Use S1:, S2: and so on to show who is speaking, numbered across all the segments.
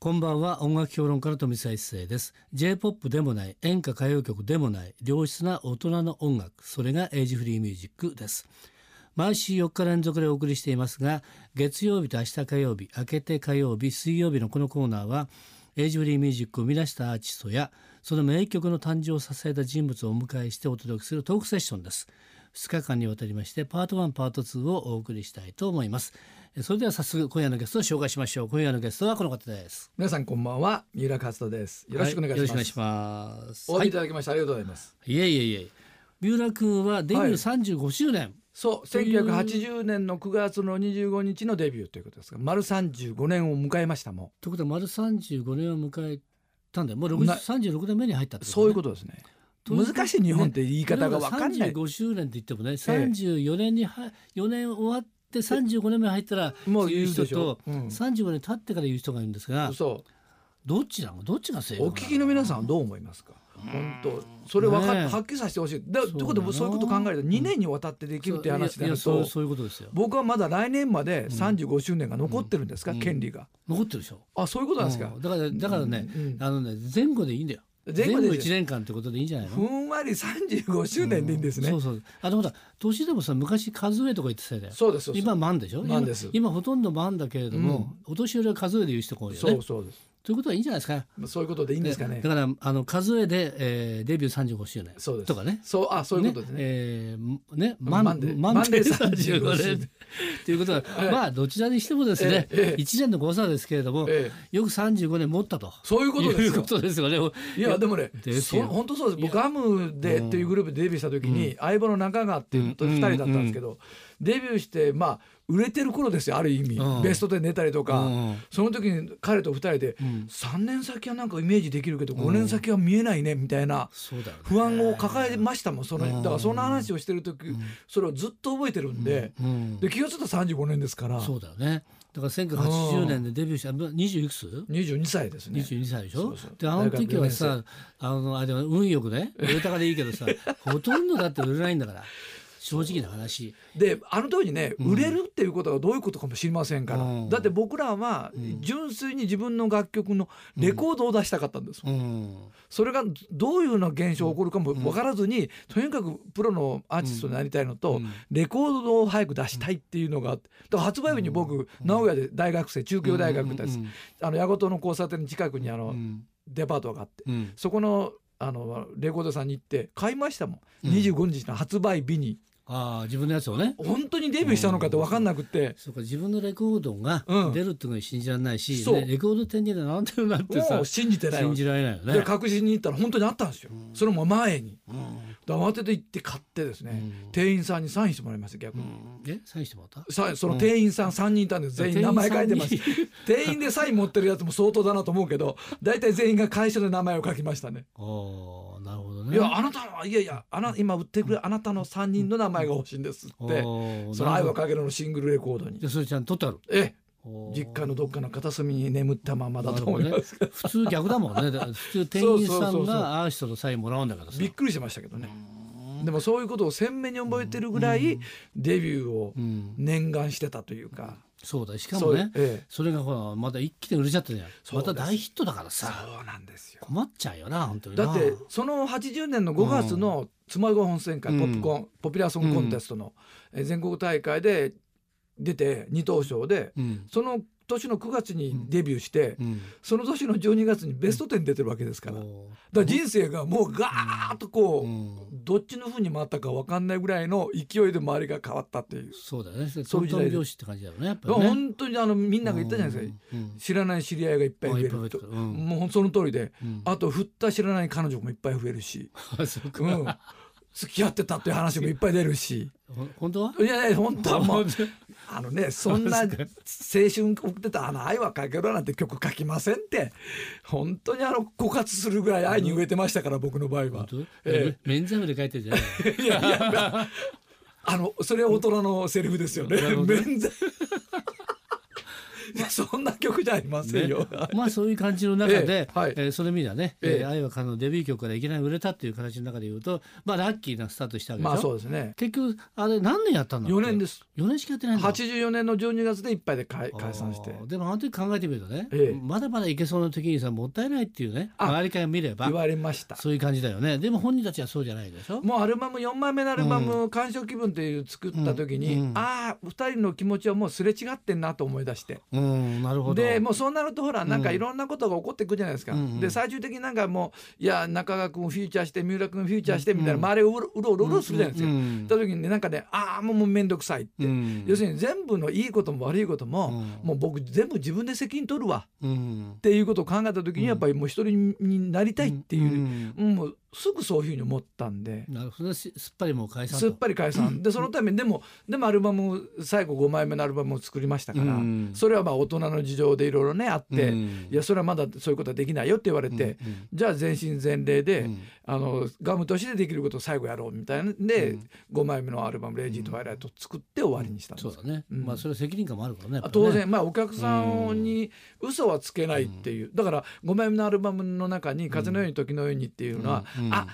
S1: こんばんは音楽評論家の富澤一世です J-POP でもない演歌歌謡曲でもない良質な大人の音楽それがエイジフリーミュージックです毎週4日連続でお送りしていますが月曜日と明日火曜日明けて火曜日水曜日のこのコーナーはエイジフリーミュージックを生み出したアーティストやその名曲の誕生を支えた人物をお迎えしてお届けするトークセッションです2日間にわたりましてパート1パート2をお送りしたいと思いますそれでは早速今夜のゲストを紹介しましょう今夜のゲストはこの方です
S2: 皆さんこんばんは三浦和人ですよろしくお願いします、
S1: はい、よろしくお願いします
S2: お会いいただきましてありがとうございます、
S1: はい、いえいえいえ三浦君はデビュ
S2: はい
S1: ー35周年、
S2: そう1980年の9月の25日のデビューということですが丸35年を迎えましたも
S1: ということは丸35年を迎えたんだよもう
S2: な
S1: 60 36年目に入ったっ
S2: う
S1: て
S2: そういう
S1: こ
S2: ことですね
S1: とね
S2: 難しい日本って言い方がわかんない
S1: 35周年って言ってもね34年には4年終わって35年目入ったら
S2: もう
S1: 言
S2: 言
S1: う
S2: う
S1: 人
S2: でしょ
S1: と、
S2: うん、そ
S1: 35年経ってから言う人がいるんですが
S2: う
S1: どっちなのどっちが正
S2: お
S1: 確な
S2: 聞きの皆さんはどう思いますか本当それ分かっ
S1: ねえ
S2: はっきりさせてほしいだ
S1: そうだ
S2: と
S1: な
S2: いうことでそういうこと考えると2年にわたってできるって話になる
S1: そういやいやそう
S2: と
S1: そういうことですよ
S2: 僕はまだ来年まで35周年が残ってるんですか、
S1: うん
S2: 権利が
S1: 残ってるでしょ
S2: あそういうことなんですか
S1: う、んだからだからね、
S2: うんうん
S1: あのね前後でいいんだよ
S2: 前後でいいです
S1: 1年間ってことでいいんじゃないの
S2: ふんわり35周年でいいんですね、
S1: うんそうそうあのほら年でもさ昔数えとか言ってたよね
S2: そうですそうです
S1: 今万でしょ
S2: 万です
S1: 今今ほとんど万だけれども、お年寄りは数えで言う人が多いよ
S2: そ
S1: ね
S2: うそうです
S1: ということはいいんじゃないですか
S2: まあそういうことでいいんですかね
S1: だからあの数えで、えーデビュー35周年
S2: そうです
S1: とかね
S2: そうあそういうことですね
S1: えーね、
S2: マ
S1: マ
S2: ン
S1: ン
S2: デー
S1: マ
S2: マ
S1: ン
S2: ン
S1: デ
S2: デ
S1: ー
S2: ー
S1: 35
S2: 35
S1: 年
S2: 年
S1: ということは、まあどちらにしてもですね、
S2: ええええ
S1: 一年の誤差ですけれども、
S2: え
S1: よく35年持ったと
S2: そういうことですよ
S1: いうことですよね。
S2: いやでもね
S1: です
S2: そ
S1: よ
S2: 本当そうです僕ガムでっていうグループでデビューした時に、相棒の中川っていうのと
S1: うん
S2: 2人だったんですけど、デビューしてまあ売れてる頃ですよある意味、
S1: うん
S2: ベストで寝たりとか、
S1: うん
S2: その時に彼と2人で、3年先はなんかイメージできるけど5年先は見えないねみたいな。
S1: そうだよね
S2: 不安を抱えましたもんその
S1: うん
S2: だからそんな話をしてる時、それをずっと覚えてるんで,、
S1: うん
S2: で気が付いたら35年ですから
S1: そうだよね。だから1980年でデビューした20いくつ
S2: 22歳ですね。
S1: 22歳でしょ
S2: そうそう
S1: であの時はさあのあれは運よくね売れたからいいけどさ ほとんどだって売れないんだから正直な話
S2: であの当時ね、売れるっていうことがどういうことかも知りませんから、
S1: うん
S2: だって僕らは純粋に自分の楽曲のレコードを出したかったんですもん、
S1: うん
S2: それがどういうような現象が起こるかも分からずに、とにかくプロのアーティストになりたいのと、レコードを早く出したいっていうのがあってだから発売日に僕、名古屋で大学生中京大学です、
S1: うん
S2: あの矢事の交差点の近くにあの、
S1: うん
S2: デパートがあって
S1: うん
S2: そこのあのレコード屋さんに行って買いましたもん、25日の発売日に
S1: ああ自分のやつをね
S2: 本当にデビューしたのかって分かんなくて、
S1: そうか自分のレコードが
S2: うん
S1: 出るっていうのに信じられないし、
S2: そう
S1: ねレコード店に並んでるなんて
S2: も
S1: さ
S2: う信じてないわ
S1: 信じられないよ
S2: で
S1: ね。
S2: 確信に行ったら本当にあったんですよ、それも前に
S1: うん
S2: で慌てて行って買ってですね、店員さんにサインしてもらいました逆に。
S1: えサインしてもらった
S2: さその店員さん3人いたんで全員名前書いてます
S1: 店員さんに
S2: 店員でサイン持ってるやつも相当だなと思うけど大体全員が会社の名前を書きましたね
S1: あーなるほど
S2: い
S1: ね。
S2: やあなたはいやいやあな今売ってくれあなたの3人の名前が欲しいんですって
S1: おー
S2: その「愛はかける」のシングルレコードに
S1: でそれちゃんと取ってあ
S2: ええ
S1: る。
S2: 実家のどっかの片隅に眠ったままだと思います
S1: なるほどね普通逆だもんね。 だから普通店員
S2: そうそ
S1: さ
S2: うそ
S1: ん
S2: うそう
S1: がアーシトのサインもらうんだからさ。
S2: びっくりしましたけどねでもそういうことを鮮明に覚えてるぐらいデビューを念願してたというか、
S1: そうだ。しか
S2: そ
S1: も
S2: う
S1: ね。
S2: ええ
S1: それがほらまた一気に売れちゃったじゃん。
S2: そ
S1: ま
S2: うです
S1: た大ヒットだからさ。
S2: そうなんですよ
S1: 困っちゃうよな本当にな。
S2: だってその80年の5月の妻ご本選会、
S1: うん
S2: ポップコーンポピュラーソングコンテストのえー全国大会で出て二等賞で
S1: うん
S2: その年の9月にデビューして、
S1: うん。
S2: その年の12月にベスト10出てるわけですから、だか
S1: おー
S2: ら人生がもうガーッとこ
S1: う
S2: う、
S1: ん
S2: どっちの風に回ったか分かんないぐらいの勢いで周りが変わったっていう、
S1: そうだよね。
S2: そ
S1: ト
S2: うい
S1: ン
S2: う時代
S1: ト
S2: で
S1: ン拍子って感じだよね。やっぱりね。
S2: 本当にあのみんなが言ったじゃないですか、
S1: うんうん
S2: 知らない知り合いがいっぱい増え
S1: あい
S2: る
S1: っぱい
S2: と、
S1: 増えてくるうん
S2: もうその通りで、
S1: うん
S2: あと振った知らない彼女もいっぱい増えるし、
S1: あ そうか
S2: うん、付き合ってたっていう話もいっぱい出るし。
S1: ほ本 当はい
S2: やいや本当は もう
S1: 本当
S2: あのねそんな青春送ってた「あの愛はかけろ」なんて曲書きませんって本当にあの枯渇するぐらい愛に飢えてましたから僕の場合は
S1: 本当、
S2: え
S1: メンズアムで書いてる じゃない
S2: えいやいやあのそれは大人のセリフですよね
S1: なるほどね
S2: 免罪いやそんな曲じゃありませんよ。
S1: まあそういう感じの中で、
S2: ええはい
S1: えーそれ見りゃね、え
S2: ええ
S1: ー、愛は可能デビュー曲からいきなり売れたっていう形の中で言うと、まあラッキーなスタートしたわけでしょ。
S2: まあそうですね。
S1: 結局あれ何年やったんだっけ
S2: 4年です。
S1: 4年しかやってないんだ
S2: 84年の12月でいっぱいで解解散して
S1: あ。ーでもあの時考えてみるとね、
S2: ええ
S1: まだまだいけそうな時にさもったいないっていうね
S2: あ
S1: 周りから見れば
S2: 言われました。
S1: そういう感じだよねでも本人たちはそうじゃないでしょ
S2: もうアルバム4枚目のアルバム「鑑賞気分」っていう作った時に、
S1: うんうん
S2: ああ2人の気持ちはもうすれ違ってんなと思い出して
S1: うんなるほど
S2: でもうそうなるとほらなんか
S1: うん
S2: いろんなことが起こってくるじゃないですか、
S1: うんうん
S2: で最終的になんかもういや中川君をフィーチャーして三浦君をフィーチャーしてみたいな、
S1: うん
S2: 周りをうろうろうろうろするじゃないですか、
S1: うんう
S2: 行
S1: ん
S2: った時にねなんかねああもうもう面倒くさいって、
S1: うん
S2: 要するに全部のいいことも悪いことも、
S1: うん
S2: もう僕全部自分で責任取るわ
S1: うん
S2: っていうことを考えた時にやっぱりもう一人になりたいっていう、
S1: ん
S2: うんもうすぐそういうふうに思ったんで。
S1: なるほどすすっぱりもう解散
S2: すっ
S1: と
S2: ぱり解散でそのためにでもでもアルバム最後5枚目のアルバムを作りましたから、
S1: うん
S2: それはまあ大人の事情でいろいろねあって、
S1: うん
S2: いやそれはまだそういうことはできないよって言われて、
S1: うん
S2: じゃあ全身全霊で、
S1: うん
S2: あのガムとしてできることを最後やろうみたいなんで、
S1: うん
S2: 5枚目のアルバム「レイジー・トワイライト」作って終わりにしたんです
S1: そうだね、
S2: うん
S1: まあそれは責任感もあるからねやっぱね
S2: 当然、まあ、お客さんに嘘はつけないっていう、だから5枚目のアルバムの中に「風のように時のように」っていうのは、
S1: うん
S2: あ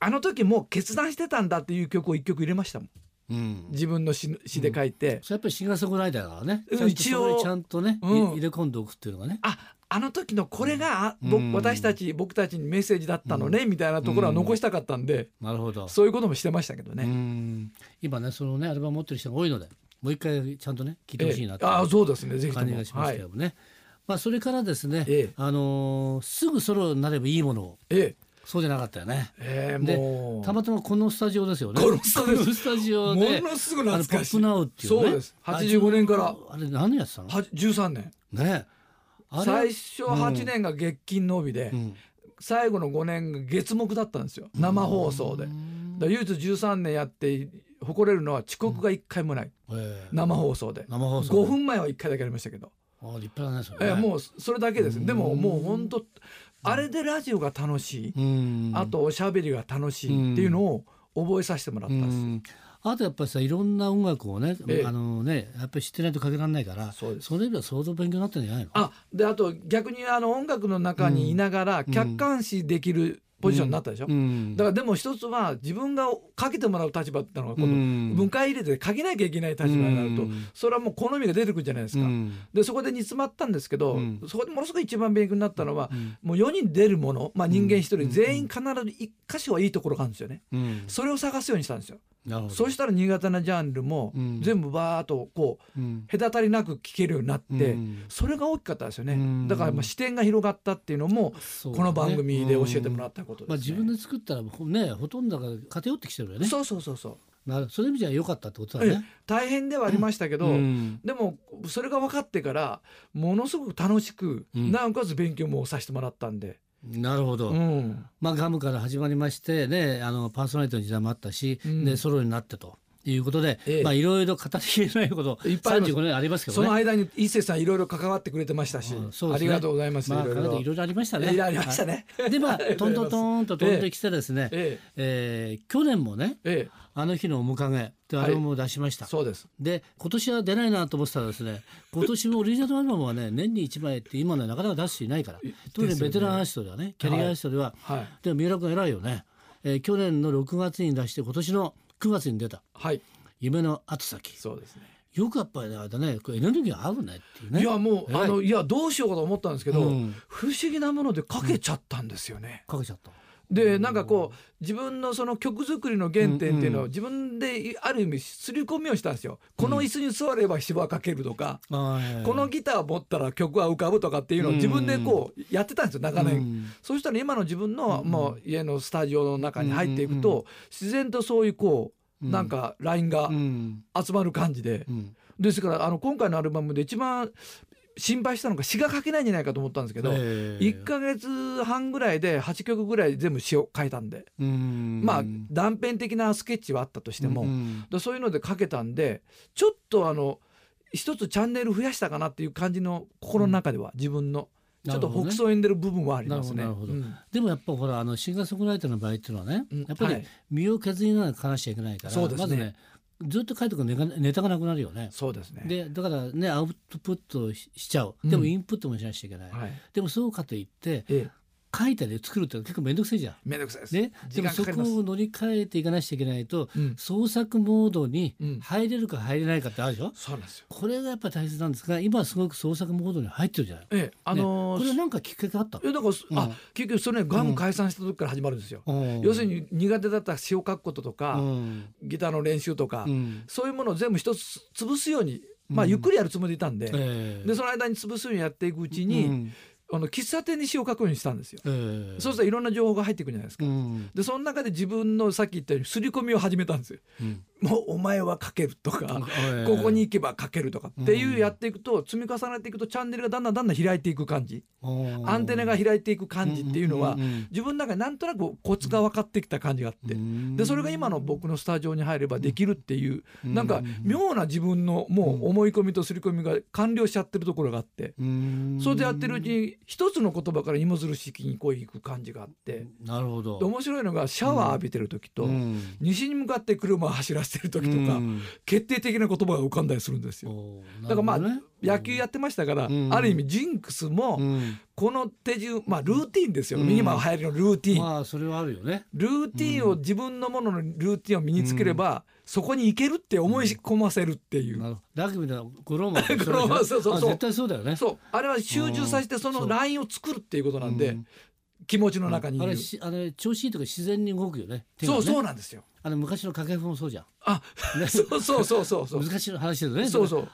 S2: あの時もう決断してたんだっていう曲を1曲入れましたもん
S1: うん
S2: 自分の詩詩で書いて、
S1: それやっぱりシンガーソングライターだからね、
S2: うん
S1: ちゃんと
S2: 一
S1: そ
S2: 応
S1: こにちゃんとね、い
S2: うん
S1: 入れ込んでおくっていうのがね
S2: ああの時のこれが、あ
S1: うん
S2: 僕私たち僕たちにメッセージだったのね、みたいなところは残したかったんで、
S1: なるほど
S2: そういうこともしてましたけど
S1: う
S2: ね。
S1: ん今ねそのねアルバム持ってる人が多いのでもう一回ちゃんとね聞いてほしいなって
S2: ええああそうですねぜひと
S1: 感じ
S2: も
S1: がしますけどもね、まあそれからですね、
S2: ええ
S1: あのーすぐソロになればいいものを
S2: ええ
S1: そうじゃなかったよね
S2: ええ
S1: で
S2: もう
S1: たまたまこのスタジオですよね
S2: このスタジオです
S1: このスタジオで
S2: ものすごい
S1: あの
S2: 懐
S1: ポ
S2: か
S1: ッ
S2: し
S1: プ
S2: い
S1: ナウっていうね
S2: そうです85年から
S1: ああれ何やってたの
S2: は13年
S1: ねあれ
S2: 最初8年が月金の帯で、
S1: うん
S2: 最後の5年が月目だったんですよ生放送で、だから唯一13年やって誇れるのは遅刻が1回もない、
S1: ええ
S2: 生放送で
S1: 生放送
S2: 5分前は1回だけありましたけど、
S1: ああ立派だねそれね
S2: ええもうそれだけです
S1: うん
S2: でももう本当あれでラジオが楽しい、
S1: うん
S2: あとおしゃべりが楽しいっていうのを覚えさせてもらったんです、
S1: うんあとやっぱりさいろんな音楽をね、
S2: ええ
S1: あのねやっぱり知ってないとかけられないから
S2: そうです
S1: それよりは相当勉強になったんじゃないの
S2: あであと逆にあの音楽の中にいながら
S1: うん
S2: 客観視できるポジションになったでしょ、
S1: うん
S2: だからでも一つは自分がかけてもらう立場ってのが今
S1: う
S2: 度
S1: ん
S2: 迎え入れてかけなきゃいけない立場になると、
S1: うん
S2: それはもう好みが出てくるじゃないですか。
S1: うん
S2: でそこで煮詰まったんですけど、
S1: うん
S2: そこでものすごい一番勉強になったのは、
S1: うん
S2: もう世に出るもの、まあ、人間一
S1: うんうん
S2: 人全員必ず一箇所はいいところがあるんですよね。
S1: うん
S2: それを探すようにしたんですよ。
S1: なるほど
S2: そしたら新潟なジャンルも
S1: うん
S2: 全部バーっとこう
S1: うん
S2: 隔たりなく聴けるようになって、
S1: うん
S2: それが大きかったですよね、
S1: うん
S2: だからまあ視点が広がったっていうのも
S1: そうだ
S2: こ
S1: ね
S2: の番組で教えてもらったこと
S1: まあ、
S2: です、
S1: 自
S2: ね
S1: 分で作ったらほねほとんどが偏ってきてるよね
S2: そうそうそうそ
S1: なるそういう意味じゃ良かったってことだ
S2: う、ええ
S1: ね。
S2: 大変ではありましたけど、
S1: うん
S2: でもそれが分かってからものすごく楽しく、
S1: うん
S2: なおかつ勉強もさせてもらったんで、
S1: なるほど、
S2: うん
S1: まあ、ガムから始まりまして、ね、あのパーソナリティの時代もあったし、
S2: うん
S1: でソロになってということで、
S2: ええ
S1: まあ、いろいろ語りきれないこと
S2: いっぱいあります
S1: 35年ありますけど
S2: そ
S1: ね。
S2: の間に一勢さんいろいろ関わってくれてましたし、
S1: うんそうで
S2: あ
S1: す
S2: り
S1: ね
S2: がとうございます、
S1: まあ、
S2: いろい
S1: 体
S2: ろ
S1: いろいろありましたね。
S2: いろいろありましたね。
S1: はい。で、まあ、トントントンと飛んできてですね、え
S2: え
S1: ー去年もね、
S2: えええ
S1: あの日の面影ってアルバムを出しました。
S2: そうです
S1: で、今年は出ないなと思ってたらですね、今年もオリジナルアルバムはね、年に1枚って今ね、なかなか出す人いないから
S2: ですよ、
S1: 特
S2: ね
S1: にベテランアーティストではね、キャリアアーティストでは、
S2: はい
S1: でも三浦君偉いよね、えー去年の6月に出して、今年の9月に出た、
S2: はい
S1: 夢の後先。
S2: そうですね
S1: よくやっぱりね、あれだね、これエネルギーが合うねっていうね。
S2: いやもう
S1: 偉い
S2: あのいやどうしようかと思ったんですけど、
S1: うん
S2: 不思議なものでかけちゃったんですよね。
S1: かけちゃった。
S2: でなんかこう自分のその曲作りの原点っていうの
S1: うんうん
S2: を自分である意味刷り込みをしたんですよ。この椅子に座れば芝かけるとか、このギターを持ったら曲は浮かぶとかっていうのを自分でこうやってたんですよ長年。
S1: うん
S2: そしたら今の自分のもう家のスタジオの中に入っていく
S1: うんうん
S2: と自然とそういうこう
S1: うん
S2: なんかラインが
S1: うん
S2: 集まる感じで
S1: うん
S2: ですからあの今回のアルバムで一番心配したのが詩が書けないんじゃないかと思ったんですけど、
S1: ええ
S2: 1か月半ぐらいで8曲ぐらい全部詩を書いたんで、
S1: うん
S2: まあ断片的なスケッチはあったとしても、
S1: うん
S2: でそういうので書けたんでちょっとあの一つチャンネル増やしたかなっていう感じの心の中では自分の、ち
S1: な
S2: ょ
S1: る
S2: っ
S1: ほど
S2: と
S1: ね
S2: 北総演でる部分はありますね。
S1: なるほどなる
S2: うん
S1: でもやっぱほらあのシンガーソングライターの場合っていうのはね、
S2: うん
S1: やっぱ
S2: は
S1: り
S2: い
S1: 身を削りながら書かなきゃいけないから、
S2: そうです
S1: ま
S2: ね
S1: ずねずっと書いておくとネタネタがなくなるよね。
S2: そうですね
S1: でだからねアウトプットししちゃう
S2: うん
S1: でもインプットもしなくちゃいけない、
S2: はい
S1: でもそうかといって
S2: ええ
S1: 書いたり作るって結構面倒くせえじゃん。
S2: めんどくさいです
S1: ね、で
S2: 時
S1: も
S2: 間
S1: そ
S2: かかり
S1: こ
S2: ます
S1: を乗り換えていかなくちゃいけないと
S2: うん
S1: 創作モードに
S2: うん
S1: 入れるか入れないかってあるでしょ、
S2: そうなんですよ
S1: これがやっぱ大切なんですが今はすごく創作モードに入ってるじゃない、
S2: ええあの
S1: ね
S2: ー
S1: これなんかきっかけあった
S2: いやだから、
S1: うん
S2: あ結局それねガム解散した時から始まるんですよ、
S1: の
S2: 要する
S1: に、
S2: に苦手だった詩を書くことと
S1: う
S2: か、
S1: ん
S2: ギターの練習とか、
S1: うん
S2: そういうものを全部一つ潰すように、まあ、
S1: うん
S2: ゆっくりやるつもりでいたんで,、
S1: ええ
S2: でその間に潰すようにやっていくうちに、
S1: うん
S2: あの喫茶店に詩を書くようにしたんですよ。
S1: ええ
S2: そうしたらいろんな情報が入ってくるじゃないですか。
S1: うん
S2: でその中で自分のさっき言ったように刷り込みを始めたんですよ。
S1: うん
S2: もうお前は書けるとか、
S1: ええ
S2: ここに行けば書けるとかっていううんやっていくと積み重ねていくとチャンネルがだんだんだんだん開いていく感じ
S1: うん
S2: アンテナが開いていく感じっていうのは
S1: んんん
S2: 自分の中でなんとなくコツが分かってきた感じがあって
S1: うん
S2: でそれが今の僕のスタジオに入ればできるっていう
S1: うん
S2: なんか妙な自分のもう思い込みと刷り込みが完了しちゃってるところがあって
S1: うん
S2: それでやってるうちに一つの言葉から芋づる式にこういく感じがあって
S1: なるほど
S2: で面白いのがシャワー浴びてる時と
S1: うん
S2: 西に向かって車を走らせてる時と
S1: う
S2: か
S1: ん
S2: 決定的な言葉が浮かんだりするんですよ。
S1: おー
S2: だからまあ
S1: なるほどね
S2: 野球やってましたから
S1: うん
S2: ある意味ジンクス
S1: う
S2: も
S1: ん
S2: この手順まあルーティンですよ
S1: うん
S2: 今流行りのルーティン
S1: まあそれはあるよね
S2: ルーティンを自分のもののルーティンを身につければ、そこに行けるって思い込ませるって いう、
S1: なるほどラグビーの五 郎丸
S2: 五郎丸そうそうそう
S1: あ絶対そうだよね
S2: そうあれは集中させてそ
S1: そ
S2: の
S1: う
S2: ラインを作るっていうこと
S1: う
S2: なんで、気持ちの中にい
S1: あ
S2: る、
S1: れしあれ調子いいとか自然に動くよね手が
S2: そ
S1: ね
S2: うそうなんですよ
S1: あの昔の掛布もそうじゃん
S2: あ、そうそうそうそうそう
S1: 難しい話だよね
S2: そう
S1: う
S2: そう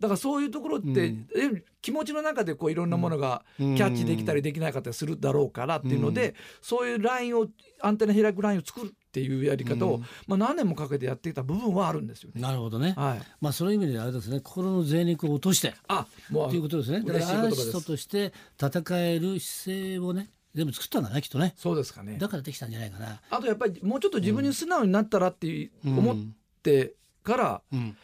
S2: だからそういうところって、
S1: うん
S2: え気持ちの中でこういろんなものがキ
S1: うん
S2: ャッチできたりできなかったりするだろうからっていうので、そういうラインをアンテナ開くラインを作るっていうやり方を、
S1: うん
S2: まあ、何年もかけてやってきた部分はあるんですよね。
S1: なるほどね
S2: はい、
S1: まあそういう意味であれですね心の贅肉を落として
S2: あもう
S1: ということですねだか
S2: 嬉しい
S1: ら
S2: 言
S1: ア
S2: 葉
S1: ーテ
S2: で
S1: ィスト
S2: す
S1: として戦える姿勢をね全部作ったんだねきっとね
S2: そうですかね
S1: だからできたんじゃないかな
S2: あとやっぱりもうちょっと自分に素直になったらって思ってから、
S1: うん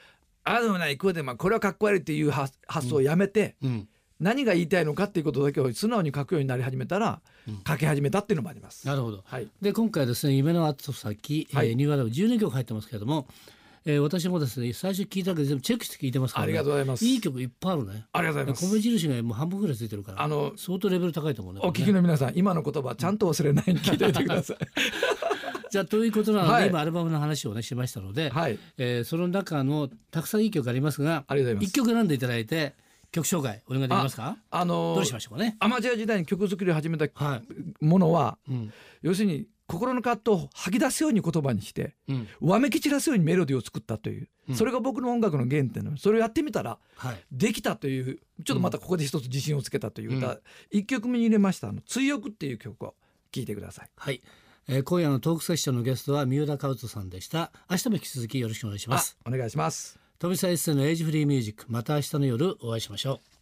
S2: ああでもないこうでもないこれはかっこ悪いっていう発発想をやめて、
S1: うん
S2: 何が言いたいのかっていうことだけを素直に書くようになり始めたら、
S1: うん
S2: 書き始めたっていうのもあります。
S1: なるほど
S2: はい、
S1: で今回ですね夢の後先、
S2: は
S1: えー
S2: い
S1: ニューアルバム12曲入ってますけれども、えー私もですね最初聞いただけで全部チェックして聞いてますか
S2: あ
S1: ら、ね、
S2: りがとうございます。
S1: いい曲いっぱいあるね
S2: ありがとうございま
S1: 米
S2: す。
S1: 印がもう半分ぐらいついてるから
S2: あの
S1: 相当レベル高いと思うね
S2: お聞き
S1: これね
S2: の皆さん、今の言葉ちゃんと忘れないように聞いておいてください。
S1: じゃあということなので、
S2: はい
S1: 今アルバムの話をねしましたので、
S2: はい、
S1: えーその中のたくさんいい曲ありますが
S2: ありがとうございま
S1: 一
S2: す。
S1: 曲選んでいただいて曲紹介お願いできますか
S2: あの
S1: どうし
S2: ー
S1: ましょうかね
S2: アマチュア時代に曲作りを始めた
S1: は
S2: ものは、
S1: い、うん
S2: 要するに心の葛藤を吐き出すように言葉にして、
S1: うん
S2: わめき散らすようにメロディーを作ったという、
S1: うん
S2: それが僕の音楽の原点なのそれをやってみたら
S1: はい、
S2: できたというちょっとまたここで一つ自信をつけたという歌、一1曲目に入れましたあの「追憶」っていう曲を聴いてください。
S1: はいえー今夜のトークセッションのゲストは三浦和人さんでした明日も引き続きよろしくお願いしま
S2: あ
S1: す
S2: お願いします
S1: 富澤一世のエイジフリーミュージックまた明日の夜お会いしましょう